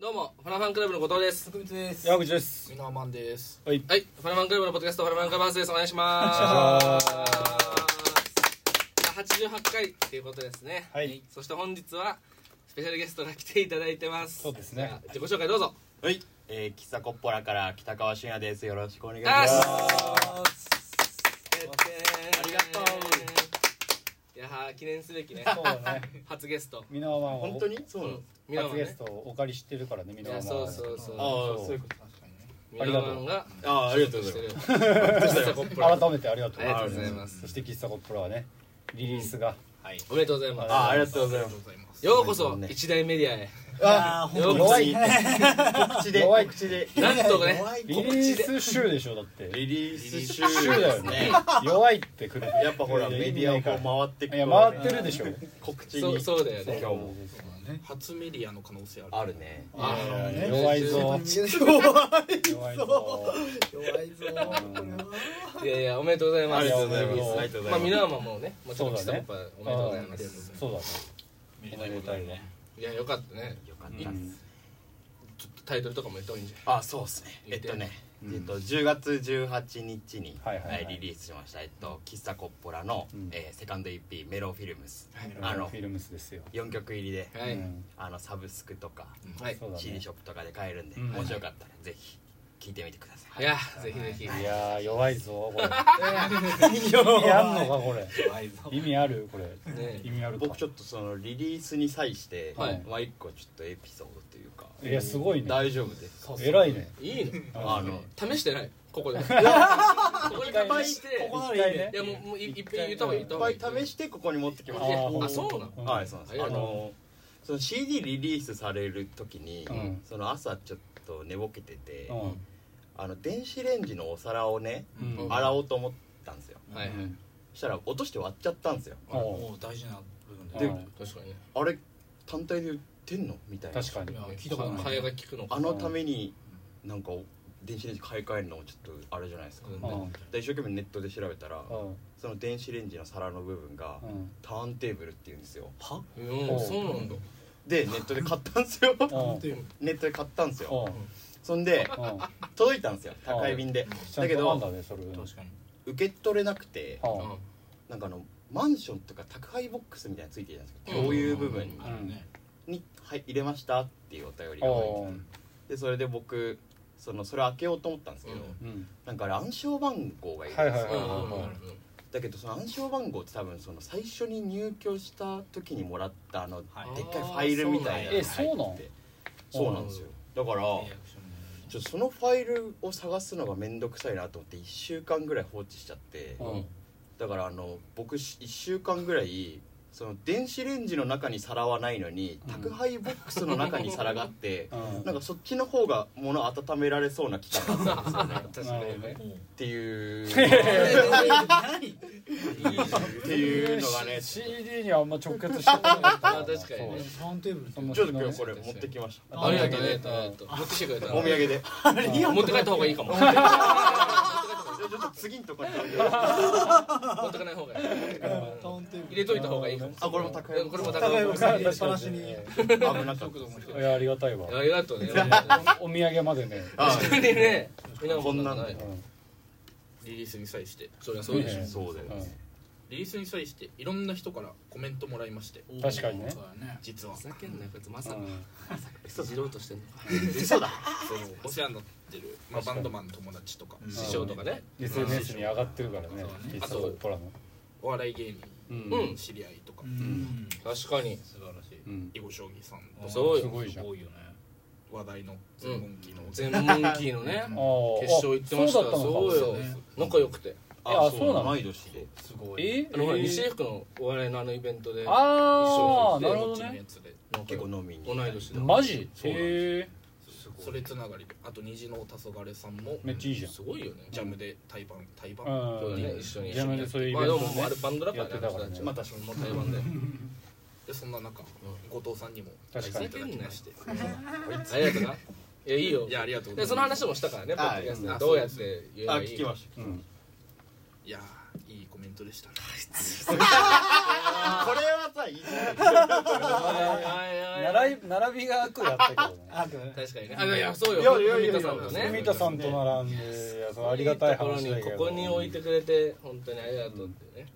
どうもファナファンクラブの後藤です徳光です山口ですミノアマンですはいはいファナファンクラブのポッドキャストファナファンクラブハウスですお願いしますお願いします88回っていうことですねはいそして本日はスペシャルゲストが来ていただいてますそうですねじゃあ自己紹介どうぞはい、えー、キッサコッポラから北川俊也です。よろしくお願いしあます。ありがとういやー記念すべきねそうだね初ゲストミノワマンを本当にそうなの、ミノワ初ンゲねストをお借りしてるからねミノワマンいやそうそうそうああ、そそういううこ確かにねミノワンがと。ああ、ありがとうございます。ます改めてありがとうありがとうございますそして喫茶コップラはねリリースがはい。おめでとうございますああ、ありがとうごあざりいまがとうす。ございますようこそ一大メディアへああ、本当に弱い口で、弱い口で。なんとかねリリース週でしょだってリリース週週だでよすねね。弱いってくるやっぱほら、メディアをこう回ってくいや回ってるでしょ告知そうに。そうだよね今日も。初メディアの可能性あるあるね。ああーー弱いぞ弱いぞ弱いぞいやいやおめでとうございますありがとうございまいやす。ありがとうごまざあいま皆す。はまあもうねもちろんそうだ喫茶ねおっぱいおめでとうございますそうだねめでおめでたいねいやよかったねよかっうたっすんちょっとタイトルとかも言った方がいいんじゃあそうですねえっとね、うんえっと、10月18日に、はいはいはいえーリリースしました、えっと、喫茶コッポラの、うんえーセカンド EP「メロフィルムスはい」ああののフィルムスですよ4曲入りで、ないはういんあのサブスクとか、はいそうだね CD ショップとかで買えるんで、うんもしよかったらぜひ聴いてみてくださいいやぜひぜひいやー弱いぞこれ 意味あんのかこれ弱いぞ意味あるこれね意味あるか僕ちょっとそのリリースに際して、はいまあ一個ちょっとエピソードというか、いやすごいね大丈夫です偉いねいいのあの試してないここでここで試してこなら一回いいねいやもうもういいっぺん言った方がいいい言った方がいいっぱい試してここに持ってきましたーあそうなのうんはいそうなんであすありがとうのその CD リリースされる時に、うんその朝ちょっと寝ぼけてて、うんあの電子レンジのお皿をね、うん洗おうと思ったんですよはいはいそしたら落として割っちゃったんですよももう大事な部分うだでよ確かにねあれ単体で売ってんのみたいな確かにいや聞いたことない替えが効くのかあのためになんか電子レンジ買い替えるのもちょっとあれじゃないですか、うんうんで一生懸命ネットで調べたら、うんその電子レンジの皿の部分が、うんターンテーブルっていうんですよはうんそうなんだでネットで買ったんですようんでネットで買ったんですうんよそんでうん届いたんですよ宅配便でちゃだんけとあんだどねそれうん確かに受け取れなくてううんんなんかあのマンションとか宅配ボックスみたいなのついてるじゃないですうかん共有部分あるねに「はい入れました」っていうお便りが入ってうんでそれで僕そのそれ開けようと思ったんですけど、うんうんなんかあれ暗証番号がいるんですよ、はいはいうんはうんうんだけどその暗証番号って多分その最初に入居した時にもらったあのではいっかいファイルみたいなのが入っててあーそうなんやそうそなうんなんですよだからちょっとそのファイルを探すのが面倒くさいなと思って1週間ぐらい放置しちゃってうんだからあの僕1週間ぐらいその電子レンジの中に皿はないのにうん宅配ボックスの中に皿があって うんなんかそっちの方が物温められそうな期間だったんですよね確なかるほどにねねっていういいねっていうのが ね CD にはあんま直結してこなかったあ確かにねそうターンテーブルちょっと今日これ持ってきましたありがとうねありがとう持ってきてくれたお土産で持って帰った方がいいかも持ちょっと次のとこにってかない方がいいンテー入れといた方がいいかもあこれも宅配これも高高いいおも宅さん入れっ確ぱかなしに危なかっ速度も低いいやありがたいわありがとうねお土産までねたあ本当にねこんなんだいうんリリースに際してそりゃそそううででししょょそうだよねリリースに際していろんな人からコメントもらいまして確かにねそうだね実はふざけんなよこいつまうさかん嘘じろうとしてんのか嘘だお世話になってる、まあ、バンドマンの友達とかうん師匠とかね SNS に上がってるからねそ喫うだね茶コップラのお笑い芸う人うんの知り合いとか、うん確かに素晴らしいうん囲碁将棋さんとうんかそうよすごいじゃん多いよね話題の専門機能全モンキーのねあ決勝行ってましたそうだったのかそうよ仲良くてあそうなの毎年ですごいえあのほら西江福のお笑いのあのイベントでああ一緒なにる行ほこどっちのねやつで結結構構飲みに同い年だマジそうなんへえそれつながりであと虹の黄昏さんもめっちゃいいじゃんすごいよねジャムで対バン対バうンんね一緒にジャムでそういうイまあベでントもをもうあれねバンドだからねやってたかあらねの人ちまあ確かにもう台湾で でそんな中後藤さんにも確かいにただきましてありがとうな。いや、いいよ。いやありがとうござでいますその話もしたからね、ポッドキャストであどうやって言えあばいい聞きましうんいやーいいコメントでしたねこれはさいじ並び並びが悪やったけどねくね確かにねあいやそうよいやいやいやいや文田さ んとね文田さんと並んでいやそのありがたい話だけどここに置いてくれて本当にありがとうってね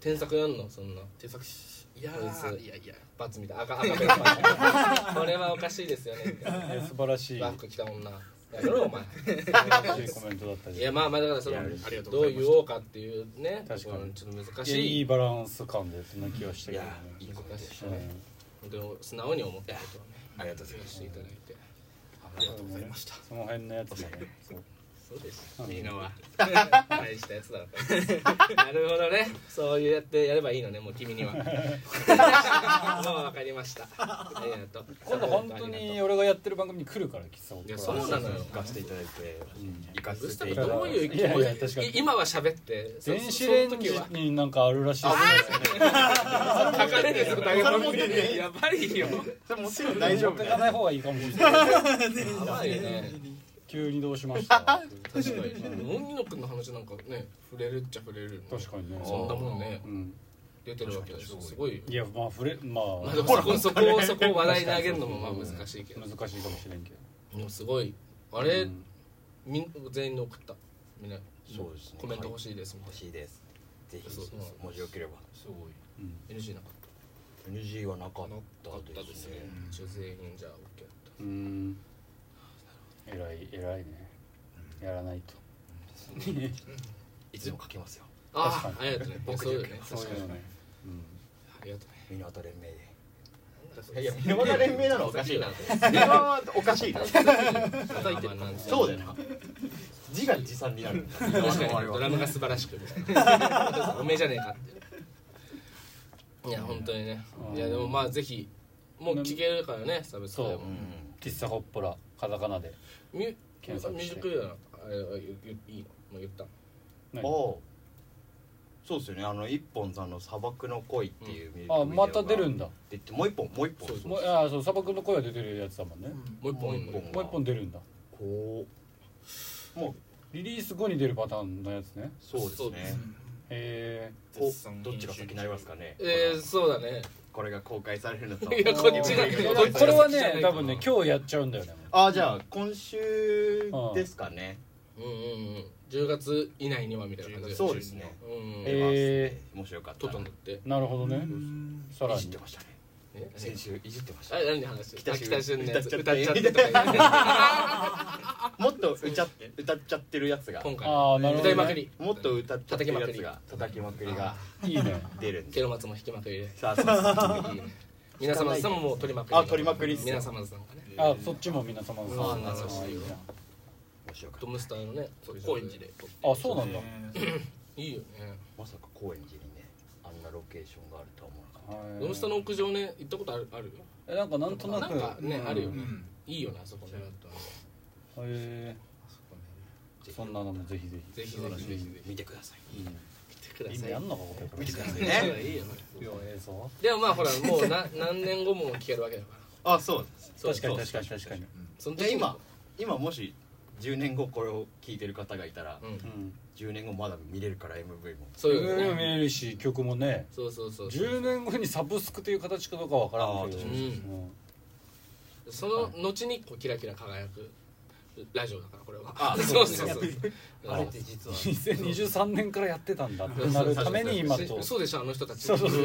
添削やんのそんな手作詞いやこいつーいやいや罰みたい赤赤ペンパンこれはおかしいですよねみたいないや素晴らしいバック来た女やめろお前素晴らしいコメントだったいじゃやまあまあだからそのいやありがとうどごうざいま言すおうかっていうね確かにところちょっと難んいやいしいいバランス感でそんな気はしたいけどやねいい子だしうん本当に素直に思ったことはねありがとうござい言まわすせていただいてありがとうございましたその辺のやつだねそうそうですうんいいのは大したやつだからなるほどねそうやってやればいいのねもう君にはもう分かりましたありがとう今度本当に俺がやってる番組に来るからきっといやそうなのよ行かせていただいてうん行かグせスタてブいただどいういう気いやいや持確ちかにい今は喋ってそ電子レンジその時はになんかあるらしいですね書かれるぞ台本見てねやばいよてもちろん大丈持って夫かない方がいいかもしれないやばいよね急にどうしました確かに荻野君の話なんかね触れるっちゃ触れるよね確かにねそんなもんねうん出てるわけだしすごいよいやまあ触れまあまあでもそこそこをそこを話題に上げるのもまあ難しいけど難しいかもしれんけどでもすごいああれみん全員に送ったみんなそうですねコメント欲しいですみたい欲しいですぜひそうそうもしよければすごいな NG なかっ NG はなかたっなかったたでですすねね一応全員じゃあ OK だったうん偉い偉いねやらないといつでも書けますよああありがとうね僕そうよねそういうのねありがとうねミノワト連盟でいやいやミノワト連盟なのおかしいなミノワはおかしい な叩いてる感じそうだよな字が持参になる確かにドラムが素晴らしくみたいなおめえじゃねえかっていや本当にねうんいやでもまあぜひもう聞けるからねサブスクでもそう喫茶ホッポラカタカナでミュミュ検索ーしジてックビデオのあれは言ういいのもう言った何おそうですよねあの一本さんの砂漠の恋っていうミュージックビデオがあまた出るんだでもう一本もう一本そうもうあそう砂漠の声が出てるやつだもんねもう一本いいのもう一もう一本出るんだこうもうリリース後に出るパターンのやつねそうですそうですねへこ絶賛うどっちが先になりますかねえー、そうだねこれが公開されるのといやえこっちがここれはね多分ね今日やっちゃうんだよねあじゃあ今週ですかねうんうんうん10月以内にはみたいな感じだよそうですねうんうんええもしよかった撮ったらんだってなるほどねさらいじっにてましたねえ先週いじってましたあれ何の話北あ州北旬のやつ歌歌っっちちゃゃっっててとか言うもっと歌っ歌っちゃってるやつが今回ああなるほ歌いまどくねりもっと歌っちゃってるやつが叩きまくりがいいね出るんケでロマツも弾きまくりでさあそういいね皆様さんももう取りまくりあ取りまくりっすよ皆様さんがねあそっちも皆様のそうなんですよいいねもしよかったドムスターのねそう高円寺で撮ってあそうなんだいいよねまさか高円寺にねあんなロケーションがあるとは思わなかっはいドムスターの屋上ね行ったことあるあるよえなんかなんとななくんかねあるようねんいいよねあそこねへえそんなのもぜひぜひぜひぜひぜひぜた見てくださいひひ来てくださいやんのかこれ見てくださいそうねだいいよいや映像でもまあほらもうな何年後も聞けるわけだからあそうですそう確かに確かに確かにそのじゃあ時に今今もし10年後これを聞いてる方がいたらうんうん10年後まだ見れるから MV もそう映い像うも見ねれるし曲もねそうそうそう10年後にサブスクという形かどうかわからんけどあー確かその後にこうキラキラ輝くラジオだからこれはあそうそうそうあれって実 は2023年からやってたんだってなるために今とそうでしょあの人たちそうそうそう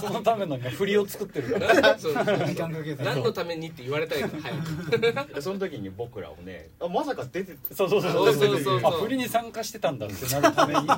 そのためのね振りを作ってるからそうそうそう時間かけて何のためにって言われたいから早くその時に僕らをねあまさか出てそうそうそうそうそうそうそうあ振りに参加してたんだってなるために、うん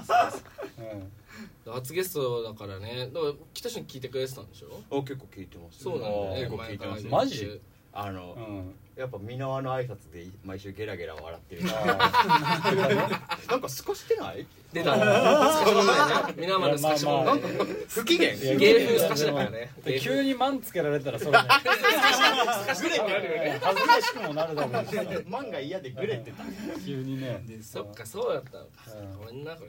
初ゲストだからねだから北俊聞いてくれてたんでしょあ結構聞いてますそうなんだよね結構聞いてま前よすからマジあのうん、やっぱ箕輪の挨拶で毎週ゲラゲラ笑ってるあ なんか少してない出た透かしもないね皆まで透かしもないね 不機嫌ー芸風透かしだからねで急にマンつけられたらそれね透かしだからね 恥ずかしくもなるだろうしマンが嫌でグレてた急にねそっかそうだったのかうんごめんなこれ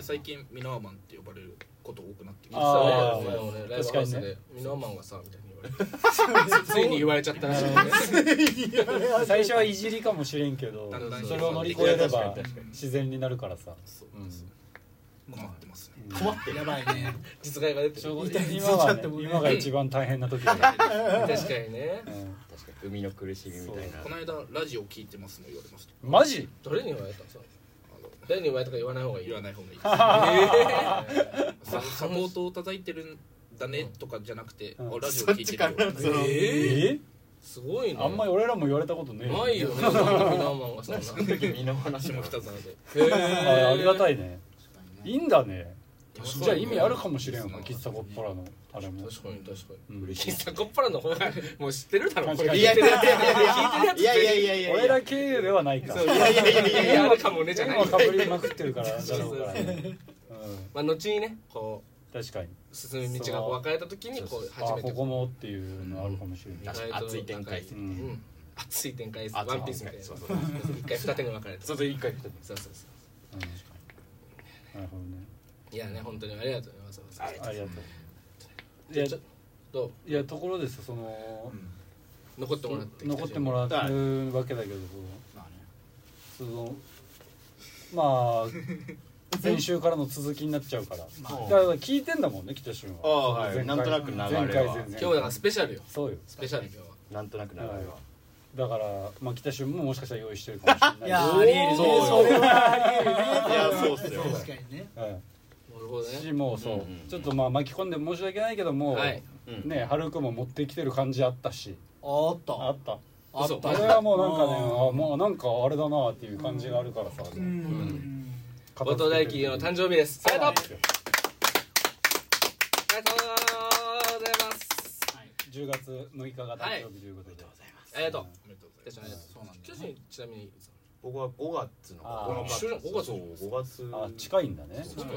で最近ミナワマンって呼ばれること多くなってきましあそうーだよね俺ライブ確ハかウスにねでミノーマンがさみたいに言われてついに言われちゃったらしいね最初はいじりかもしれんけどだんだんそれを乗り越えれば自然になるからさそううん困ってますね困ってやばいね実害が出てちるょう痛どい今は、ね痛い今が一番大変な時だね、確かにねうん確かに海の苦しみみたいこの間ラジオ聞いてますも言われましたマジ誰に言われたのそれあの誰に言われたか言わない方がいい言わないい方がいいですそまあのサポートを叩いてるんだねとかじゃなくて、うんあラジオ聞いてるよそっちかなえええすごいねあんまり俺らも言われたことねえないよねそんなミラーマンがそんなな時身の話下も北沢であありがたいいねいいんだねじゃあ意味あるかもしれんわ喫茶コッポラのあれも確かに確かにうん嬉しい喫茶コッパラの方がもう知ってるだろこれ確かに聞いてるやついやいやいやいや俺ら経由ではないかそういいやいやいやいややいやあるかもねじゃない今かぶりまくってるからだろうからね まあ後にねこうん確かにう進む道が分かれた時にこうあ初めこてこもっていうのあるかもしれない確かに熱い展開ううんん熱い展開です熱いワンピースみたいなそうそう一回二手に分かれてちょそうっと一回そうそううんなるほどねいやね本当にありがとうねわざわざありがとういじゃやあちょっといやところですよその残ってもらって残ってもららってるわけだけどまあねそのまあ先週からの続きになっちゃうからまだあから聞いてんだもんね北俊あはあはいなんとなく流れ前回前は々回今日だからスペシャルよそうよスペシャル今日はなんとなく流れはだから、まあ、北俊ももしかしたら用意してるかもしれないしいやありえるねそうよそれはありえるねいやそうっすよ確かにねうんなるほどしねもうそう、うんうんうんちょっとまあ巻き込んで申し訳ないけども、はいうんねハルくんも持ってきてる感じあったしおっあとったあった嘘あれはもうなんかねあもうなんかあれだなっていう感じがあるからさ、うん片後付藤け大輝てるの誕生日ですありがとうあそうりがとうございます10月6日が誕生日ということで、ありがとうおめでとうござじいゃあそうなんだ女子にちなみに僕は5月のあー一緒なのそう5月あ近いんだねそうなんだ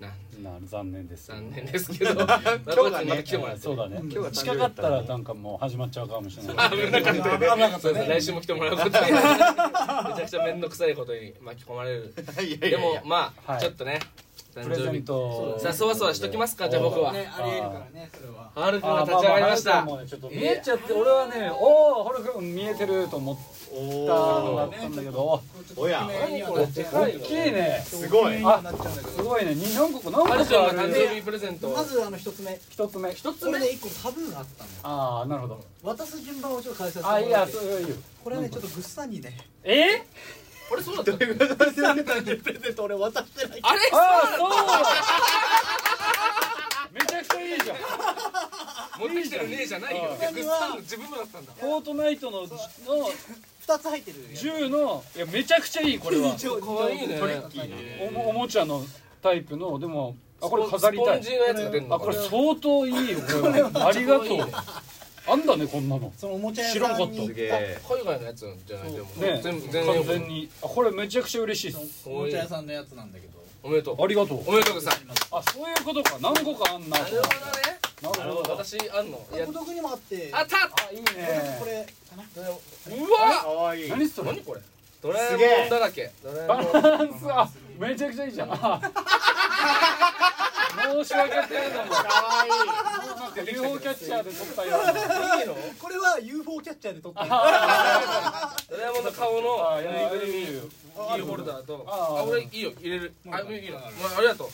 なんな残念です残念ですけど今日がねまた来てもらってそうだね今日が誕生日近かったらなんかもう始まっちゃうかもしれ ない危なかったよねそうですね来週も来てもらうことに めちゃくちゃ面倒くさいことに巻き込まれるいやいやいでやもまあはいちょっとね誕プレゼ生ン日トをさあそわそわしときますかじゃあ僕はねありえるからねそれはハル君があ立ち上がりましあたあもうねちょっと見えちゃって俺はねおおホル君見えてると思ったのがあったんだけどおやこれでか大いよきいねすごいあなっちゃうんだけすどごいね日本国何ハル個君かがあ誕る生日プレゼントをまずあの一つ目一つ目一つこれ目ね一個タブーがあったのよああなるほど渡す順番をちょっと解説あいやそてれはいいよこれはねちょっとぐっさんにねえあれそうだったっけプレゼント俺渡してないあれああ そうめちゃくちゃいいじゃん持ってきてるねえじゃないようんグッサンの自分のだったんだフォートナイトのじの二つ入ってる銃のいやめちゃくちゃいいこれは超可愛いねトリッキーねおもおもちゃのタイプのでもあこれ飾りたいスポンジのやつが出るのあこれ相当いいよこれはありがとうあんだねこんなのそのおもちゃ屋さんに行すっげたえ海外のやつじゃないでもね全部全完全然にあこれめちゃくちゃ嬉しいっすおもちゃ屋さんのやつなんだけどおめでとうありがとうおめでとうさあそういうことか何個かあんななるほどねなるほど私あんのいやお得にもあってあったいいねこれかなうわかわいい何それ何これドラえすげもえんだらけドラえもバんランスあめちゃくちゃいいじゃんあ申し訳ないなもわい いうなんか UFO キャッチャーで撮ったようないいのこれは UFO キャッチャーで撮ったドラえもんの顔あのいぬやいいぐるみいよキーホルダーとあーあ俺いいよ入れるあいいよあるまあありがとう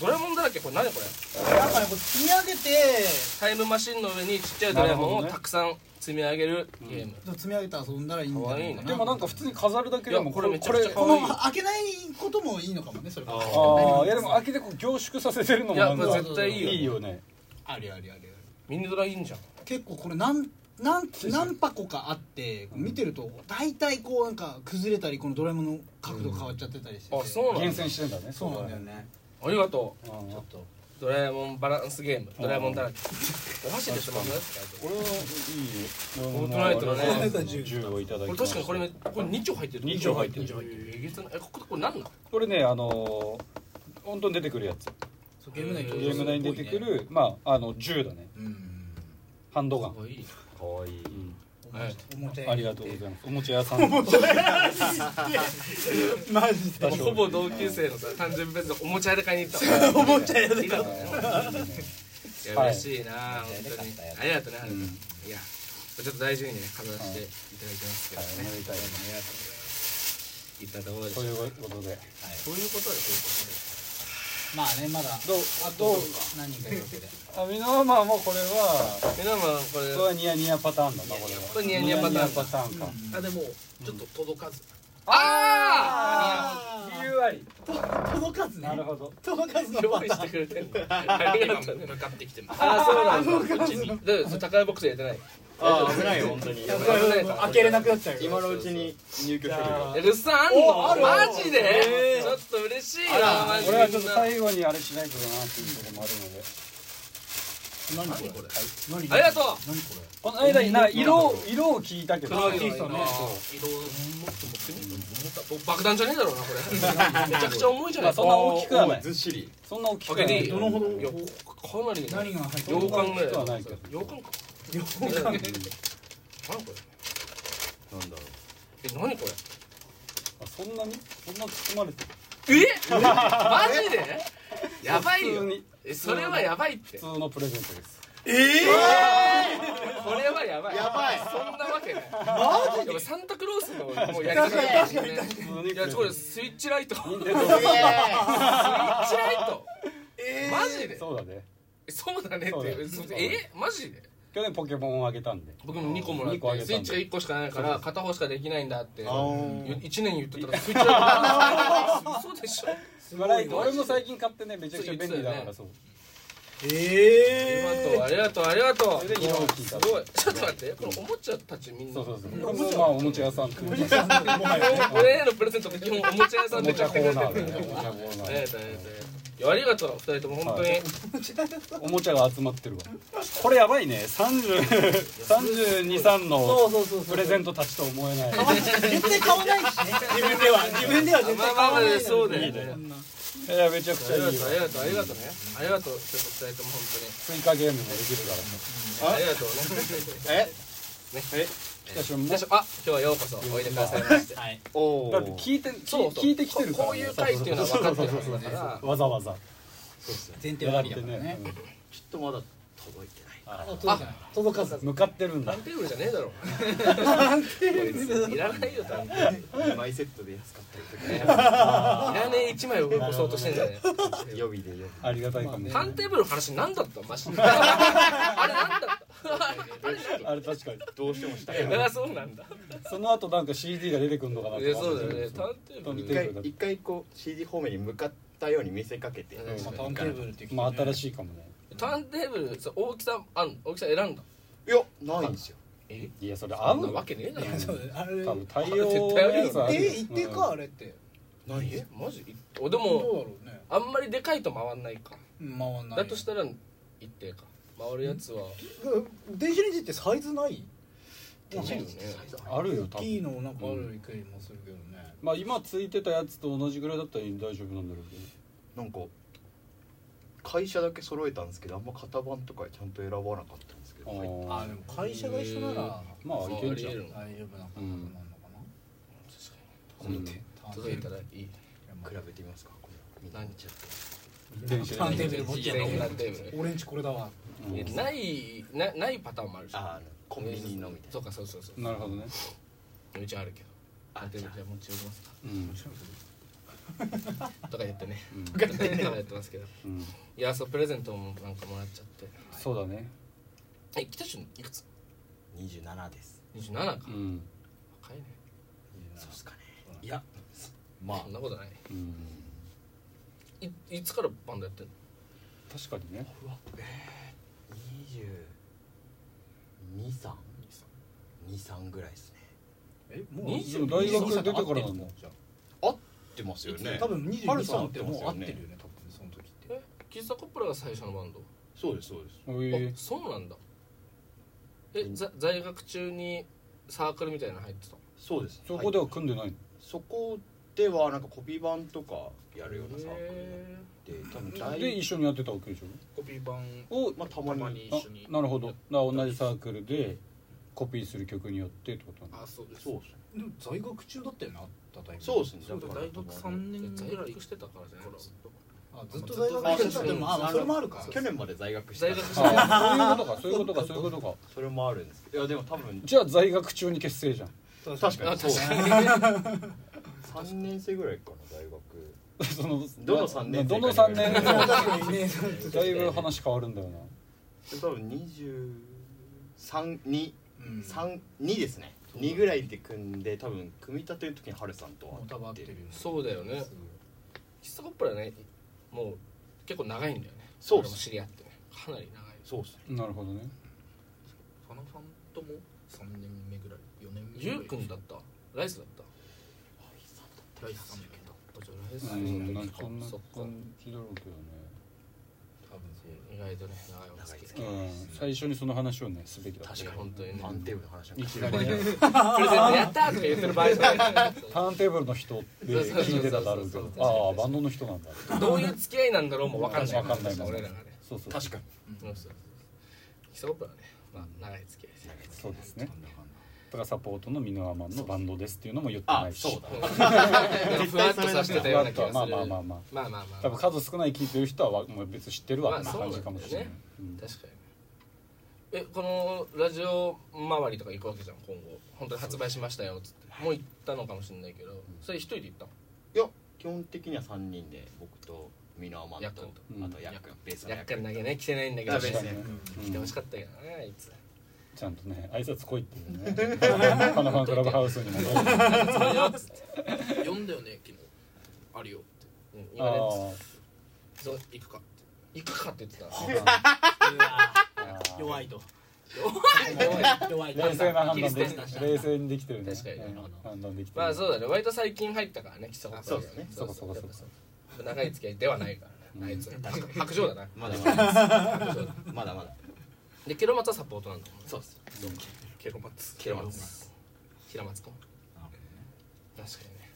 ドラえもんだらけこれ何これなんかねこれ積み上げてタイムマシンの上にちっちゃいドラえもんなるほをどねたくさん積み上げるゲーム積み上げて遊んだらいいんだ可愛いねでもなんか普通に飾るだけでいもやこれめちゃくちゃ可こ愛いの開けないこともいいのかもねそれあああいやでも開けてこう凝縮させてるのもいやなんこれか絶対いいよいいよねありありありミニドラいいんじゃん結構これなんなん何箱かあって見てると大体こうなんか崩れたりこのドラえもんの角度変わっちゃってたりしててあそうなん厳だ選してんだねそうなんだよねありがとそうだねちあょあっとうドラえもんバランスゲームドラえもんだらけお箸でしょまずこれはいいよフォートナイトだねフォートナイトの銃をいただきこまれし確たかにこれめこれ2丁入ってる二丁入ってる二えげつないえこここれ何なのこれねあのー本当に出てくるやつそうゲーム内にうゲんー登場すムる内に出てくるまああの銃だねうんハンドガンかわいいかわいいおもちゃおもちゃ屋ありがとうございますおもちゃ屋さんのマジでほぼ同級生のさ誕生日プレゼントおもちゃ屋で買いに行った おもちゃ屋で買いや嬉しいな本当にありがとうねはるくんうんいやちょっと大事にね飾らせていただきますけどねはいおめでたいねありがとうございますいったところでということでそういうことでまあねまだどうあどうと何人かいるわけであミノーマンもこれは皆さんここれれはニヤニヤパターンだなこれはこれニヤニヤパターンニヤニヤパターンかあでもちょっと届かず、ああ理由ありー届かずねなるほど届かずのあ用意してくれてるありがとうね今向かってきてますあーそうなんだこっちにどうです宝ボックス入れてないあー危ないよ本当に危ない危ない開けれなくなっちゃうよ今のうちに入居してるよえぐっさんあんのおあるあるマジでちょっと嬉しいあならマジで俺はちょっと最後にあれしないとだなっていうこともあるので何これ何ありがとう何これこの間にな色を色を聞いたけど黒いいのあー移動もっともっともっと爆弾じゃねえだろうなこ れめちゃくちゃ重いじゃなまいですかあそんな大きくはないずっしりそんな大きくは開なけていいいどのほどいやかなり何が入って洋る館ぐらい大きくはないけど洋館か洋何館これなんだろえ何こあそんなにそんな包まれてるれえマジでやばい普通よにえそれはやばいって普こ通のプレゼントですれはやばいやばいそんなわけないマでもサンタクロースのもうやり方だよね普通にいやこれスイッチライトスイッチライトマジでそうだねそうだねそっうてだえよそえマジで去年ポケモンをあげたんで僕も2個もらっ二個あげてたんスだイッチが1個しかないから片方しかできないんだってう1年言ってたらスイッ チライト嘘でしょ素晴らしい俺も最近買ってねめちゃくちゃ便利だからそうえありがとうありがとうあそりれがとで色を聞いうたすごいちょっと待ってこのおもちゃたちみんそなうこそうそうこれもまあおもちゃ屋さんっていうかれへのプレゼントって基本おもちゃ屋さおんもでちゃ買っコてくれーてるナーだよねおもちゃコーナあーりがとうありがとういやありがとう二人とも本当におもちゃが集まってるわこれやばいね323のうそうそうプレゼントたちと思えない絶対買わないしね自分では自分では絶対買わないのまあまあまにあそうだよねそんないやめちゃくあちゃいりいがとうあわりがとうありがとうねありがとうちょっと二人とも本追加ゲームもできるからさ当にありがとうねえしかしもうだよいしょあ今日はようこそおいでくださいましてはいおおって聞いてそうそう聞いてきてるからこういう回っていうのは分かってるはずだからわざわざ前提やらはあれりてだからねねちょっとまだ届いてないあ届かない届かず向かってるんだターンテーブルじゃねえだろいらないよターンテーブル マイセットで安かったりとかいらねえ一枚を動かそうとしてんじゃねえ予備で予備ありがたいかもねターンテーブルの話何だったのマジ であれ何だあれ確かにどうしてもしたいったあそうなんだその後なんか CD が出てくるのかなとえ思ってそうだよねターンテーブ一ル回一回こう CD 方面に向かったように見せかけて、うんいまあターンテーブルっていうまあ新いしいかもねターンテーブルそう大きさあん大きさ選んだやないんですよえいやそれ合あんうなわわけけねえだろそうあれ 多分一対応のやつあるよ定一定かあれってえマジおでどうだもろうねあんまりでかいと回んないかうん回んないだとしたら一定か回るやつは電子レンジってサイズないできるねあるよ多大きい分のなんかある気もするけどねまあ今ついてたやつと同じぐらいだったら大丈夫なんだろうけどなんか会社だけ揃えたんですけどあんま型番とかちゃんと選ばなかったんですけど入ってあでも会社が一緒ならまあいけんじゃんそうありえる大丈夫なことなんのかな確かに届いたららいい比べてみますかこれ何ちゃ電子レンジターンテーブルこっちやな全員ターンテーブル俺んちこれだわうんえないなないパターンもあるじゃんああコンビニのみたいそうかそうそうそうなるほどねうちはあるけどあでもじゃあ持ち寄りますかうんとか言ってねうんとかやって ますけどうんいやそうプレゼントもなんかもらっちゃっそうだねてえ北俊いくつな二十七です27か若ういんねそうっすかねいやまあそんなことないうんいいつからバンドやってんの確かにね二十二三二三ぐらいですねえ二でも大学出てからなんだ合ってますよね多分二十ハル二さん歳合ってってまもすう合よってるねよね多分その時ってえ喫茶コップラが最初のバンドそうですそうですえあそうなんだえざ在学中にサークルみたいなの入ってたそうですそこでは組んでないのそこではなんかコピー版とかやるようなサークルになっへて多分で大一緒にやってたわけでしょコピー版をまあたたままにに一緒にあなるほどだから同じサークルでコピーする曲によってってことなんだあそうですそうっでも在学中だったよなったタイミングそうですねそうだ大学三え年ぐ在らい学してたからじゃないずっとあずっと在学す中だったでもあまあそれもあるか去年まで在学して在た学してたあーそういうことかそういうことかそういうことかそれもあるんですけどいやでも多分 じゃあ在学中に結成じゃん確あかにそう確かに3年生ぐらいかな大学そのどの三年生どかの三年生か確かにねだいぶ話変わるんだよな多分232うん三二ですね2ぐらいで組んで多分組み立てる時にハルさんとはもたばってるそうだよね喫茶コップラねもう結構長いんだよねそうっ俺もす知り合ってねかなり長いそうっすねなるほどねファナファンとも3年目ぐらい4年目ぐゆらいうくんだったライスだった大好きだけどあじゃあライスうのんなん時かかそんなそっか感じだろうけど多分そう意外とね長いお付き合いねうん最初にその話をねすべきだった確かに本当にねアンテーブルの話なんいかきなりプねレゼントやったーとか言ってる場合じゃない ターンテーブルの人で聞いてただろうけどああバンドの人なんだどういう付き合いなんだろうも分かんない分かんない俺らがねそうそう確かにそうそうそう喫茶コップラねまあ長い付き合いですねそうですねとかサポートのミノアマンのバンドですっていうのも言ってなあいしそうだでもふわっとさせてたような気がするまあまあまあまあまあまあまあ多分数少ない聞いてる人はわもう別に知ってるわってまあ感じかもしれないそううん確かにえこのラジオ周りとか行くわけじゃん今後本当に発売しましたよっつってもう行ったのかもしれないけどそれ一人で行ったのいや基本的には3人で僕とミノアマンヤッとクンとあとヤックンベースのヤやっッかクんンだけね来てないんだけど確か来にねてうほんしかったけどねあいつちゃんとね挨拶来いっていうねパ ナファンクラブハウスにもねあそれよっつって読んだよね昨日あるよって うん言われてあそう行くかって行くかって言ってた弱いとおい弱いと冷静な判断切でり捨てました冷静にできてるね確かにうん判断できて るまあそうだね割と最近入ったからね喫茶コップラあそうですねそうそうかそうかう長い付き合いではないからねあいつ白状だなまだまだ白状だまだまだでケロマツはサポートなんだもんねそうっすケロマツケロマツ平松君確かにね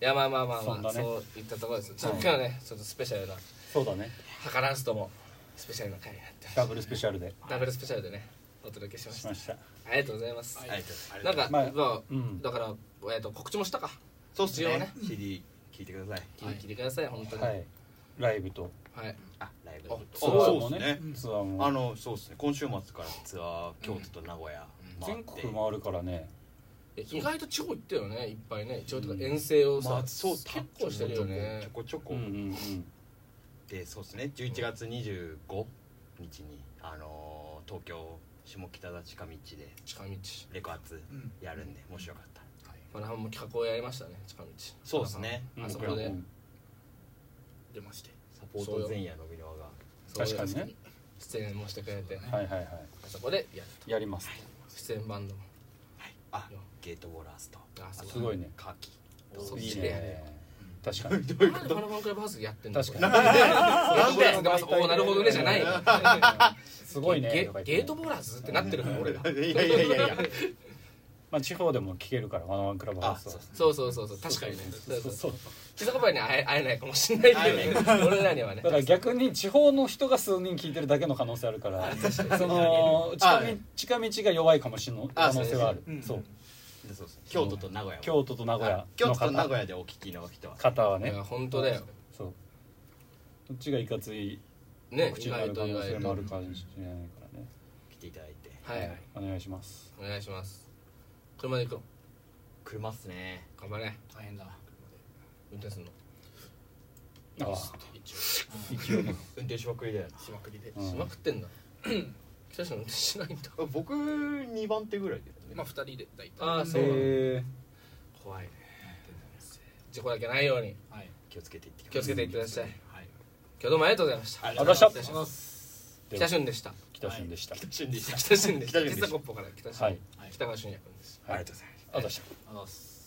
いやまあまあまあそんまあなねそういったところですちょっとは今い日はねちょっとスペシャルなそうだね図らずともスペシャルな回になってますダブルスペシャルでダブルスペシャルでねお届けしまししたましたありがとうございますありがとうございなんかまあまあうんだからえっと告知もしたかそうっす一応ねね CD 聞いてください聞いてください本当にははいいライブとあライブあツそアうーもねツアーあものそうですね今週末からツアー京都と名古屋回全って国回るからねえ意外と地方行ったよねいっぱいね地方とか遠征をまさあそう結構してるよねちょこちょこうんうんでそうですね11月25日にあのー東京下北沢近道で近道レコアツうんやるんでもしよかったらマナハンも企画をやりましたね近道そうですねうんあそこでうん出ましてサポート前夜のみの輪がそう確かにね出演もしてくれてはいはいはいあそこでやるやります出演バンドもあゲートボーラースとあそすごいねカーキそういいしてね確かになんでファナファンクラブハウスでやってんの確かにになんでおおなるほどねじゃないすごいねゲとか言ってゲートボーラーズってなってるもん俺がいやいやいやいやまあ地方でも聞けるからワンワンクラブハウスはあそう そそうそうそうそう確かにねそうそそううそう気づかばには会え会えないかもしれないけど俺らにはねだから逆に地方の人が数人聞いてるだけの可能性あるからその近あ道近道が弱いかもしれない可能性はあるあそそううでそうっすね京都と名古屋は京都と名古屋あ京の都と名方古屋でお聞きの人は方はいねや本当だよそうどっちがいかついね口意にな外る可と意能性外もあとるかもしれないからね来ていただいてはいはいお願いしますお願いします車で行くの車っすね頑張れ大変だ運転するのあ一 運転手ばっかりだよな応しまくりでうんしまくってんだ北島運転しないんだあ僕2番手ぐらいだよねまあ2人で大体ああそうなんだえ怖いね事故だけないようにはい気をつけていってきます気をつけていってらっしゃいはい今日どうもありがとうございましたありあがとうらごっざしゃお願いしますで北は俊でした北旬でしたいます旬でした北俊でした北俊でした実はコッポから北はい俊北川俊也君ですありがとうございますあらっしゃあざっす